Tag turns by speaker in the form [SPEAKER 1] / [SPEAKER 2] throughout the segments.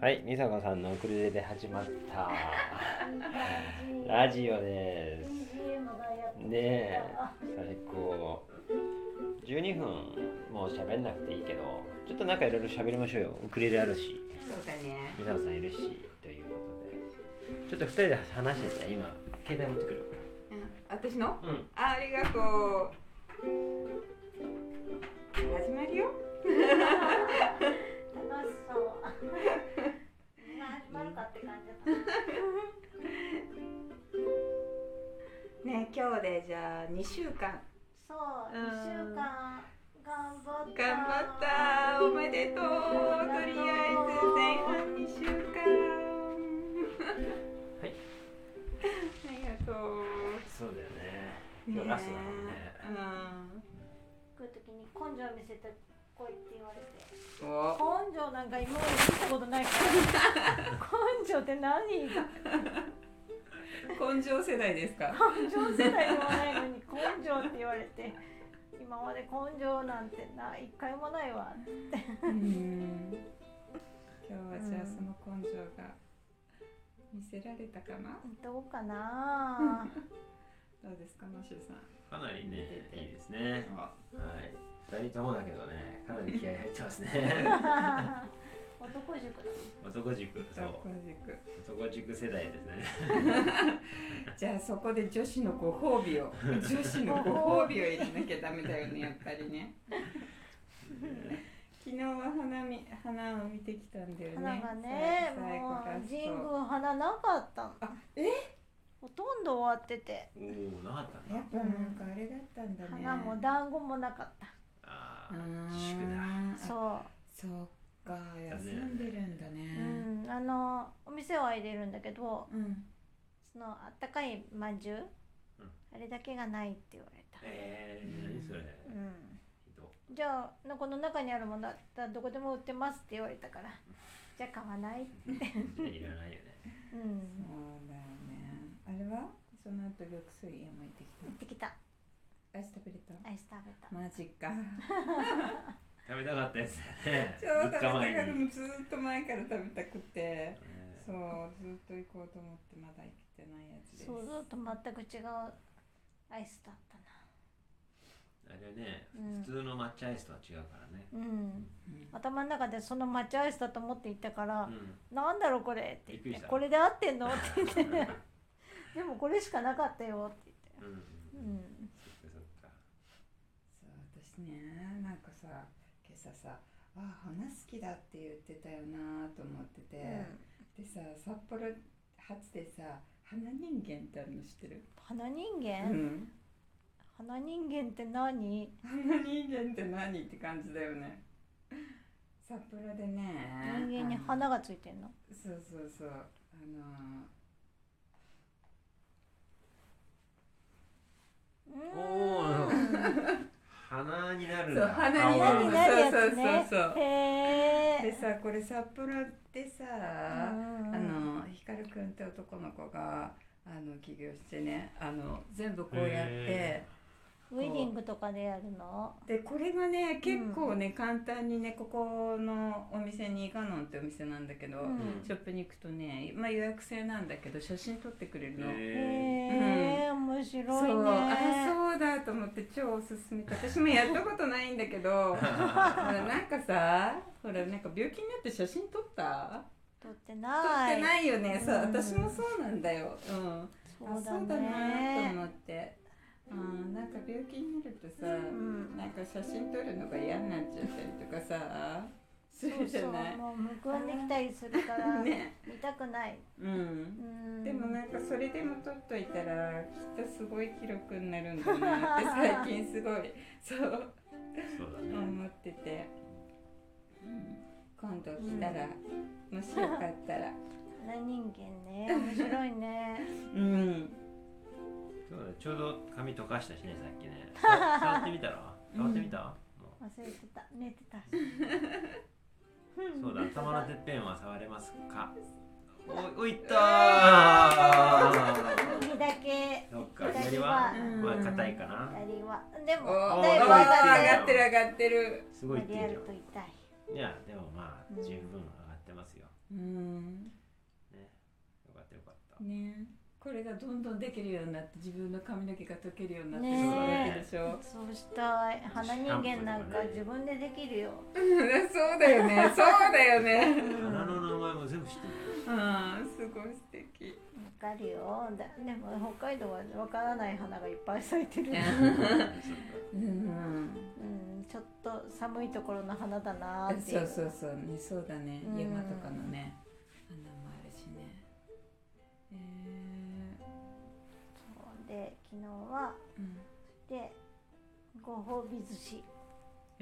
[SPEAKER 1] はい、美佐子さんのウクレレで始まったラジオです。ねえ、最高。12分もう喋んなくていいけど、ちょっとなんかいろいろ喋りましょうよ。ウクレレあるし、
[SPEAKER 2] そうだね。
[SPEAKER 1] 美佐子さんいるしということで、ちょっと二人で話してた今、携帯持ってくる。
[SPEAKER 2] うん私の
[SPEAKER 1] うん。
[SPEAKER 2] あありがとう。始まるよ。
[SPEAKER 3] 楽しそう。みんな集まるかって感じだっ
[SPEAKER 2] ねえ今日でじゃあ2週間
[SPEAKER 3] た。そう、
[SPEAKER 2] うん
[SPEAKER 3] 一週間頑張った。
[SPEAKER 2] 頑張ったおめでとうとりあえず前半2週間
[SPEAKER 1] はい
[SPEAKER 2] ありがと
[SPEAKER 1] そうだよね。
[SPEAKER 2] う
[SPEAKER 1] 今日ラストだもんね
[SPEAKER 3] 来る時に根性見せてこいって言われて。
[SPEAKER 2] えうんお
[SPEAKER 3] 根性なんか今まで見たことないから。根性って何？
[SPEAKER 2] 根性世代ですか
[SPEAKER 3] 根性世代でもないのに根性って言われて。今まで根性なんてな一回もないわ。
[SPEAKER 2] うん今日はじゃあその根性が見せられたかな
[SPEAKER 3] どうかな。
[SPEAKER 2] どうですかマシューさん
[SPEAKER 1] かなりね、いいですね。はい。二人ともだけどね、かなり気合い入ってますね。
[SPEAKER 3] 男塾だね。
[SPEAKER 1] 男塾、そう。
[SPEAKER 2] 男塾
[SPEAKER 1] 男塾世代ですね。
[SPEAKER 2] じゃあそこで女子のご褒美 を女子のご褒美を入れなきゃダメだよねやっぱりね昨日は花見花を見てきたんだよね
[SPEAKER 3] 花がね、
[SPEAKER 2] さや
[SPEAKER 3] も
[SPEAKER 2] さや
[SPEAKER 3] う神
[SPEAKER 2] こがそう
[SPEAKER 3] 宮花なかったの。
[SPEAKER 2] え
[SPEAKER 3] ほとんど終わってて、
[SPEAKER 1] おお、なかったんだ
[SPEAKER 2] やっ。ぱなんかあれだったんだね
[SPEAKER 3] 花も団子もなかった。
[SPEAKER 1] ああ、
[SPEAKER 2] うーん
[SPEAKER 1] 自粛だ。
[SPEAKER 2] あ
[SPEAKER 3] そ
[SPEAKER 2] そっか休んでるんだ
[SPEAKER 3] う、う
[SPEAKER 2] ね
[SPEAKER 3] ん、あのお店は開いてるんだけど、
[SPEAKER 2] うん
[SPEAKER 3] そのあったかい饅頭、あれだけがないって言われた。
[SPEAKER 1] ええー、何それ。
[SPEAKER 3] う
[SPEAKER 1] ひ ど
[SPEAKER 3] ん。じゃあこの中にあるものだったらどこでも売ってますって言われたから、じゃあ買わない。
[SPEAKER 1] い。いらないよね。
[SPEAKER 3] う。
[SPEAKER 2] そうんだよねあれはその後玉水山行ってきた
[SPEAKER 3] 行ってきた。
[SPEAKER 2] アイス食べれた
[SPEAKER 3] アイス食べた。
[SPEAKER 2] マジか
[SPEAKER 1] 食べたかったやつだよね。
[SPEAKER 2] ちょうど
[SPEAKER 1] 三日
[SPEAKER 2] 食べたかっ
[SPEAKER 1] 前
[SPEAKER 2] た
[SPEAKER 1] に。
[SPEAKER 2] もずーっと前から食べたくて
[SPEAKER 1] え
[SPEAKER 2] そうずっと行こうと思ってまだ行けてないやつです
[SPEAKER 3] 想像と全く違うアイスだったな。
[SPEAKER 1] ーあれはね、
[SPEAKER 3] うん
[SPEAKER 1] 普通の抹茶アイスとは違うからね。
[SPEAKER 3] うん。
[SPEAKER 2] うん
[SPEAKER 3] 頭の中でその抹茶アイスだと思って行ったから
[SPEAKER 1] う
[SPEAKER 3] 「なんだろうこれ」って
[SPEAKER 1] びっくり
[SPEAKER 3] 言っ
[SPEAKER 1] して
[SPEAKER 3] 「
[SPEAKER 1] た
[SPEAKER 3] これで合ってんの?」って言って
[SPEAKER 1] ん。
[SPEAKER 3] 「でもこれしかなかったよ」って
[SPEAKER 1] うん。う。
[SPEAKER 3] 言って、うんん、
[SPEAKER 1] そっかそっか。
[SPEAKER 2] そう私ねなんかさ今朝さあ花好きだって言ってたよなと思ってて、でさ札幌初でさ花人間ってあるの知ってる、
[SPEAKER 3] 花人
[SPEAKER 2] う
[SPEAKER 3] 間、
[SPEAKER 2] ん、
[SPEAKER 3] 花人間って何
[SPEAKER 2] 花人間って何って感じだよね札幌でね
[SPEAKER 3] 人間に
[SPEAKER 2] あの
[SPEAKER 3] 花がついてんの
[SPEAKER 2] そうそうそうあの
[SPEAKER 3] うーん
[SPEAKER 1] おー花になるん
[SPEAKER 2] そう
[SPEAKER 1] だ。
[SPEAKER 2] 花になる
[SPEAKER 3] 花になるやつね
[SPEAKER 2] そうそうそうそう
[SPEAKER 3] へ
[SPEAKER 2] ーで
[SPEAKER 3] え
[SPEAKER 2] さこれ札幌でさ、あ
[SPEAKER 3] の
[SPEAKER 2] の光くんって男の子があの起業してねあの全部こうやって
[SPEAKER 1] へ
[SPEAKER 3] ウェディングとかでやるの
[SPEAKER 2] でこれがね結構ね、簡単にねここのお店にイカノンってお店なんだけど、
[SPEAKER 3] うん
[SPEAKER 2] ショップに行くとね、まあ、予約制なんだけど写真撮ってくれるの。
[SPEAKER 1] え
[SPEAKER 3] へえ面
[SPEAKER 2] そう
[SPEAKER 3] 白い
[SPEAKER 2] あ
[SPEAKER 3] ね
[SPEAKER 2] そうだと思って超おすすめ私もやったことないんだけ どほらなんかさほらなんか病気になって写真撮った
[SPEAKER 3] 撮って
[SPEAKER 2] 撮
[SPEAKER 3] な
[SPEAKER 2] っ
[SPEAKER 3] い
[SPEAKER 2] てないよねそう
[SPEAKER 3] うん
[SPEAKER 2] 私もそうなんだよ、うん、あ
[SPEAKER 3] そうだ
[SPEAKER 2] そうだなと
[SPEAKER 3] ね
[SPEAKER 2] 思って、うん、なんか病気になるとさ、
[SPEAKER 3] ん
[SPEAKER 2] なんか写真撮るのが嫌になっちゃったりとかさす
[SPEAKER 3] そ
[SPEAKER 2] る
[SPEAKER 3] う
[SPEAKER 2] じ
[SPEAKER 3] そ
[SPEAKER 2] ゃ
[SPEAKER 3] う
[SPEAKER 2] ない
[SPEAKER 3] もうむくんできたりするから
[SPEAKER 2] ね
[SPEAKER 3] 見たくない。
[SPEAKER 2] うん
[SPEAKER 3] うん
[SPEAKER 2] でもなんかそれでも撮っといたらきっとすごい記録になるんだ なって最近すごいそ
[SPEAKER 1] そ
[SPEAKER 2] う
[SPEAKER 1] うだね。
[SPEAKER 2] 思ってて、うん、今度来たら、もしよかったら
[SPEAKER 3] 花人間ね、面白いね。
[SPEAKER 2] うん
[SPEAKER 1] そうだねちょうど髪溶かしたしね、さっき ね。さ触ってみたら触ってみたもう
[SPEAKER 3] 忘れてた、寝てたし。
[SPEAKER 1] そうだ、頭のてっぺんは触れますか。お、おいったー。
[SPEAKER 3] 右だけ、
[SPEAKER 1] そっか、左は、
[SPEAKER 2] うん
[SPEAKER 1] まあ、硬いかな。
[SPEAKER 3] 左は。で
[SPEAKER 2] お
[SPEAKER 3] も、
[SPEAKER 2] お
[SPEAKER 3] だいぶ上
[SPEAKER 1] あー
[SPEAKER 3] がっ
[SPEAKER 2] 上がってる上がってる
[SPEAKER 1] す
[SPEAKER 3] て
[SPEAKER 1] ごい
[SPEAKER 3] る。
[SPEAKER 1] って
[SPEAKER 3] や
[SPEAKER 1] る
[SPEAKER 3] ると痛い。
[SPEAKER 1] じゃん。いや、でも、まあ、十分上がってってますよ。
[SPEAKER 2] うん
[SPEAKER 1] ね。よかったよかった。
[SPEAKER 2] ねこれがどんどんできるようになって自分の髪の毛が溶けるようになって
[SPEAKER 3] ね
[SPEAKER 2] くるわけでしょ、
[SPEAKER 3] そうしたい花人間なんか自分でできるよ、
[SPEAKER 2] そうだよねそうだよね
[SPEAKER 1] 花の名前も全部知って る。
[SPEAKER 2] うんすごい素敵
[SPEAKER 3] わかるよだでも北海道はわからない花がいっぱい咲いてる、
[SPEAKER 2] うん
[SPEAKER 3] うん、ちょっと寒いところの花だなってい
[SPEAKER 2] そううそうそうねそうだね
[SPEAKER 3] うん
[SPEAKER 2] 山とかのね花もあるしねえ
[SPEAKER 3] そうで昨日は
[SPEAKER 2] ーうん
[SPEAKER 3] でご褒美寿司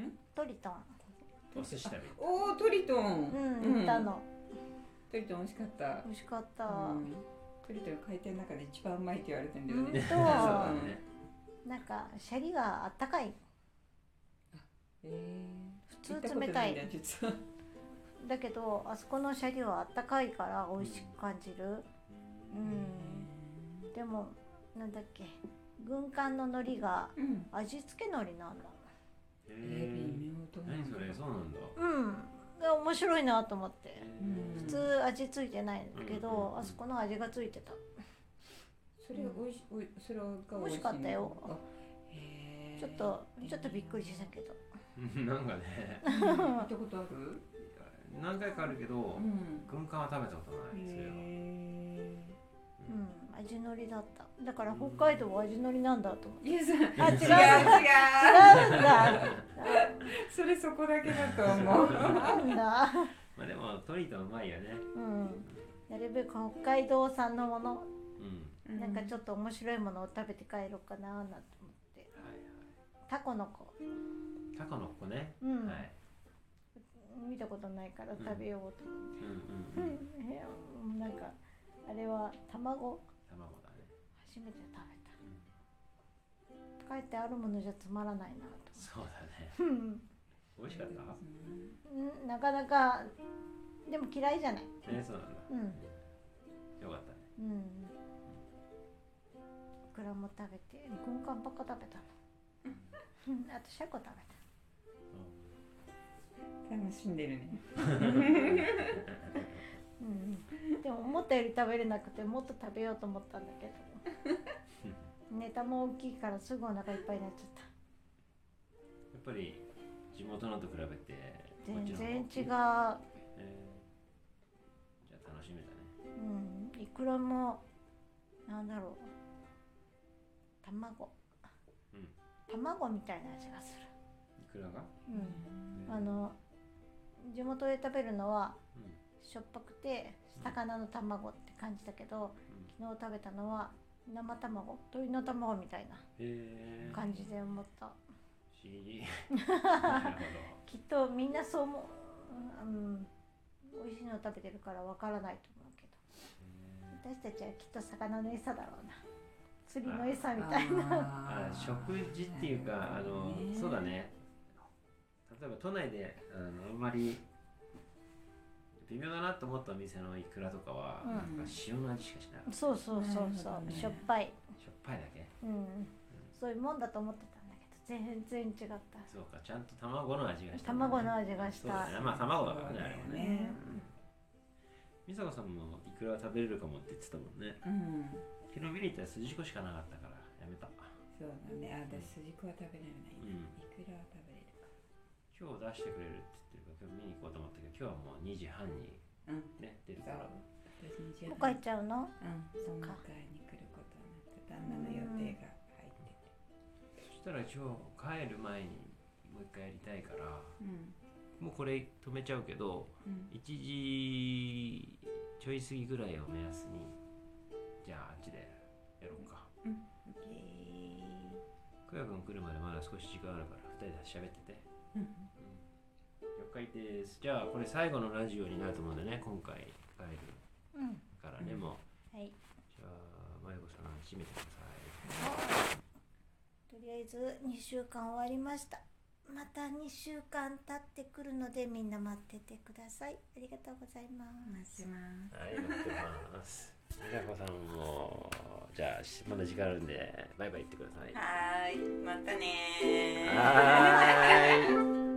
[SPEAKER 2] ん
[SPEAKER 3] トリトン
[SPEAKER 1] お寿司食べる。
[SPEAKER 2] おおトリトン
[SPEAKER 3] うん行ったの、
[SPEAKER 2] トリトン美味しかった
[SPEAKER 3] 美味しかった、
[SPEAKER 2] うんトリトン回転の中で一番うまいって言われてんだよ
[SPEAKER 3] うん
[SPEAKER 2] ね
[SPEAKER 3] と
[SPEAKER 1] そうだね。
[SPEAKER 3] なんかシャリがあったかい
[SPEAKER 2] え
[SPEAKER 3] 普
[SPEAKER 2] ー行った
[SPEAKER 3] 通
[SPEAKER 2] こと
[SPEAKER 3] 冷た
[SPEAKER 2] ないん
[SPEAKER 3] い
[SPEAKER 2] だよ実は
[SPEAKER 3] だけどあそこのシャリはあったかいから美味しく感じるうん、でもなんだっけ軍艦の海苔が
[SPEAKER 2] うん
[SPEAKER 3] 味付け海苔なんだ
[SPEAKER 1] へ
[SPEAKER 2] えー微
[SPEAKER 1] え。
[SPEAKER 2] 妙と思う
[SPEAKER 1] 何それ、そうなんだ。
[SPEAKER 3] うんが面白いなと思って
[SPEAKER 2] うん
[SPEAKER 3] 普通味付いてないんだけど、
[SPEAKER 1] うんうんうん
[SPEAKER 3] あそこの味が付いてた
[SPEAKER 2] それおいしおいそれが
[SPEAKER 3] 美味しかったよ
[SPEAKER 2] あへー
[SPEAKER 3] ちょっとちょっとびっくりしたけど
[SPEAKER 1] うん なんかね、
[SPEAKER 2] うん行ったことある
[SPEAKER 1] 何回かあるけど
[SPEAKER 2] う、ん
[SPEAKER 1] 軍艦は食べたことない。それは
[SPEAKER 2] へ
[SPEAKER 3] う。ん味のりだっただから北海道は味のりなんだと思って
[SPEAKER 2] ーいやさあ違う違う
[SPEAKER 3] 違うんだ
[SPEAKER 2] それそこだけだと思う
[SPEAKER 3] なんだ
[SPEAKER 1] まあでもトリートンうまいよね。
[SPEAKER 3] うんなるべく北海道産のもの
[SPEAKER 1] うん。
[SPEAKER 3] なんかちょ
[SPEAKER 2] っ
[SPEAKER 3] っと面白いものを食べて帰ろうかななんて思って
[SPEAKER 1] はいは
[SPEAKER 3] タコの子、
[SPEAKER 1] い。タコの子ね。
[SPEAKER 3] うん
[SPEAKER 1] はい。
[SPEAKER 3] 見たことないから食べようと思
[SPEAKER 1] うん
[SPEAKER 3] っ
[SPEAKER 1] うんう
[SPEAKER 3] て
[SPEAKER 1] ん。、
[SPEAKER 3] えーなんかあれは卵
[SPEAKER 1] 卵だね。
[SPEAKER 3] 初めて食
[SPEAKER 1] うん
[SPEAKER 3] べた帰ってあるものじゃつまらないな
[SPEAKER 1] そうだね。
[SPEAKER 3] と思って
[SPEAKER 1] 美味しかった。
[SPEAKER 3] うんなかなかでも嫌いじゃない
[SPEAKER 1] ね、そうなんだ。よかったね。
[SPEAKER 3] うんいくらも食べて軍艦ばっか食べたのうんあとシャコ食べた
[SPEAKER 2] 楽しんでるね
[SPEAKER 3] うん、でも思ったより食べれなくてもっと食べようと思ったんだけ どネタも大きいからすぐお腹いっぱいになっちゃった
[SPEAKER 1] やっぱり地元のと比べて
[SPEAKER 3] 全然違う、
[SPEAKER 1] う。えーじゃあ楽しめたね。
[SPEAKER 3] うん、いくらもなんだろう卵、
[SPEAKER 1] うん
[SPEAKER 3] 卵みたいな味がする、
[SPEAKER 1] いくらが？
[SPEAKER 3] うん、あの地元で食べるのは
[SPEAKER 1] うん、うん
[SPEAKER 3] しょっぱくて魚の卵って感じだけど昨日食べたのは生卵鶏の卵みたいな
[SPEAKER 1] えー、不
[SPEAKER 3] 感じで思った
[SPEAKER 1] 思議。 なるほ
[SPEAKER 3] きっとみんなそう思う、うん、美味しいの食べてるからわからないと思うけ
[SPEAKER 1] ど。
[SPEAKER 3] ど私たちはきっと魚の餌だろうな釣りの餌みたいな
[SPEAKER 1] あ
[SPEAKER 2] な
[SPEAKER 1] ー、食事っていうかあのそうだね。例えば都内であのあんまり微妙だなと思ったお店のいくらとかは、
[SPEAKER 3] うん
[SPEAKER 1] なんか塩の味しかしなかった。
[SPEAKER 3] そうそうそうそ
[SPEAKER 2] なる
[SPEAKER 3] う、
[SPEAKER 2] ほど
[SPEAKER 3] し
[SPEAKER 2] ね
[SPEAKER 3] ょっぱい、
[SPEAKER 1] しょっぱいだけ。
[SPEAKER 3] うん、そういうもんだと思ってたんだけど全然違っ
[SPEAKER 1] そうか、ちゃんと卵の味がしたたんだね、
[SPEAKER 3] 卵の味がし
[SPEAKER 1] そうだ
[SPEAKER 3] た
[SPEAKER 1] ね。まあ卵だからね、あれはね。
[SPEAKER 2] ね
[SPEAKER 1] 美佐子さんもいくら食べれるかもって言ってたもんね。
[SPEAKER 2] うん
[SPEAKER 1] 昨日見に行ったら筋子しかなかったから、やめた。
[SPEAKER 2] そうだねあ私筋子は食べられないな、
[SPEAKER 1] うん
[SPEAKER 2] いくらは食べれるか
[SPEAKER 1] 今日出してくれるって言ってるから、今日見に行こうと思ったけど、今日はもう2時半に
[SPEAKER 2] うん
[SPEAKER 1] ね、出るから。
[SPEAKER 2] そう私にじ
[SPEAKER 3] も
[SPEAKER 2] ゃ
[SPEAKER 3] う帰っちゃうの
[SPEAKER 2] うん
[SPEAKER 3] うか
[SPEAKER 2] お迎えに来ることになって旦那の予定が入ってて
[SPEAKER 1] そしたら今日帰る前にもう一回やりたいから、
[SPEAKER 2] うん
[SPEAKER 1] もうこれ止めちゃうけど、
[SPEAKER 2] うん
[SPEAKER 1] 1時ちょい過ぎぐらいを目安に、じゃああっちでやろうか。
[SPEAKER 2] オッケ
[SPEAKER 1] くやくん来るまでまだ少し時間あるから、二人で喋ってて。
[SPEAKER 2] ーうん
[SPEAKER 1] 了解です。じゃあこれ最後のラジオになると思うんでね、今回帰る
[SPEAKER 3] うん
[SPEAKER 1] からね、
[SPEAKER 2] うん
[SPEAKER 1] も
[SPEAKER 3] はい、
[SPEAKER 1] う。じゃあ、まゆこさん、閉めてください。
[SPEAKER 3] とりあえず2週間終わりましたまた2週間経ってくるのでみんな待っててくださいありがとうございます
[SPEAKER 2] 待ちます
[SPEAKER 1] はい、待ってます。みなこさんも、じゃあ、まだ時間あるんで、バイバイ言ってください。
[SPEAKER 2] はーいまたねー
[SPEAKER 1] はーい。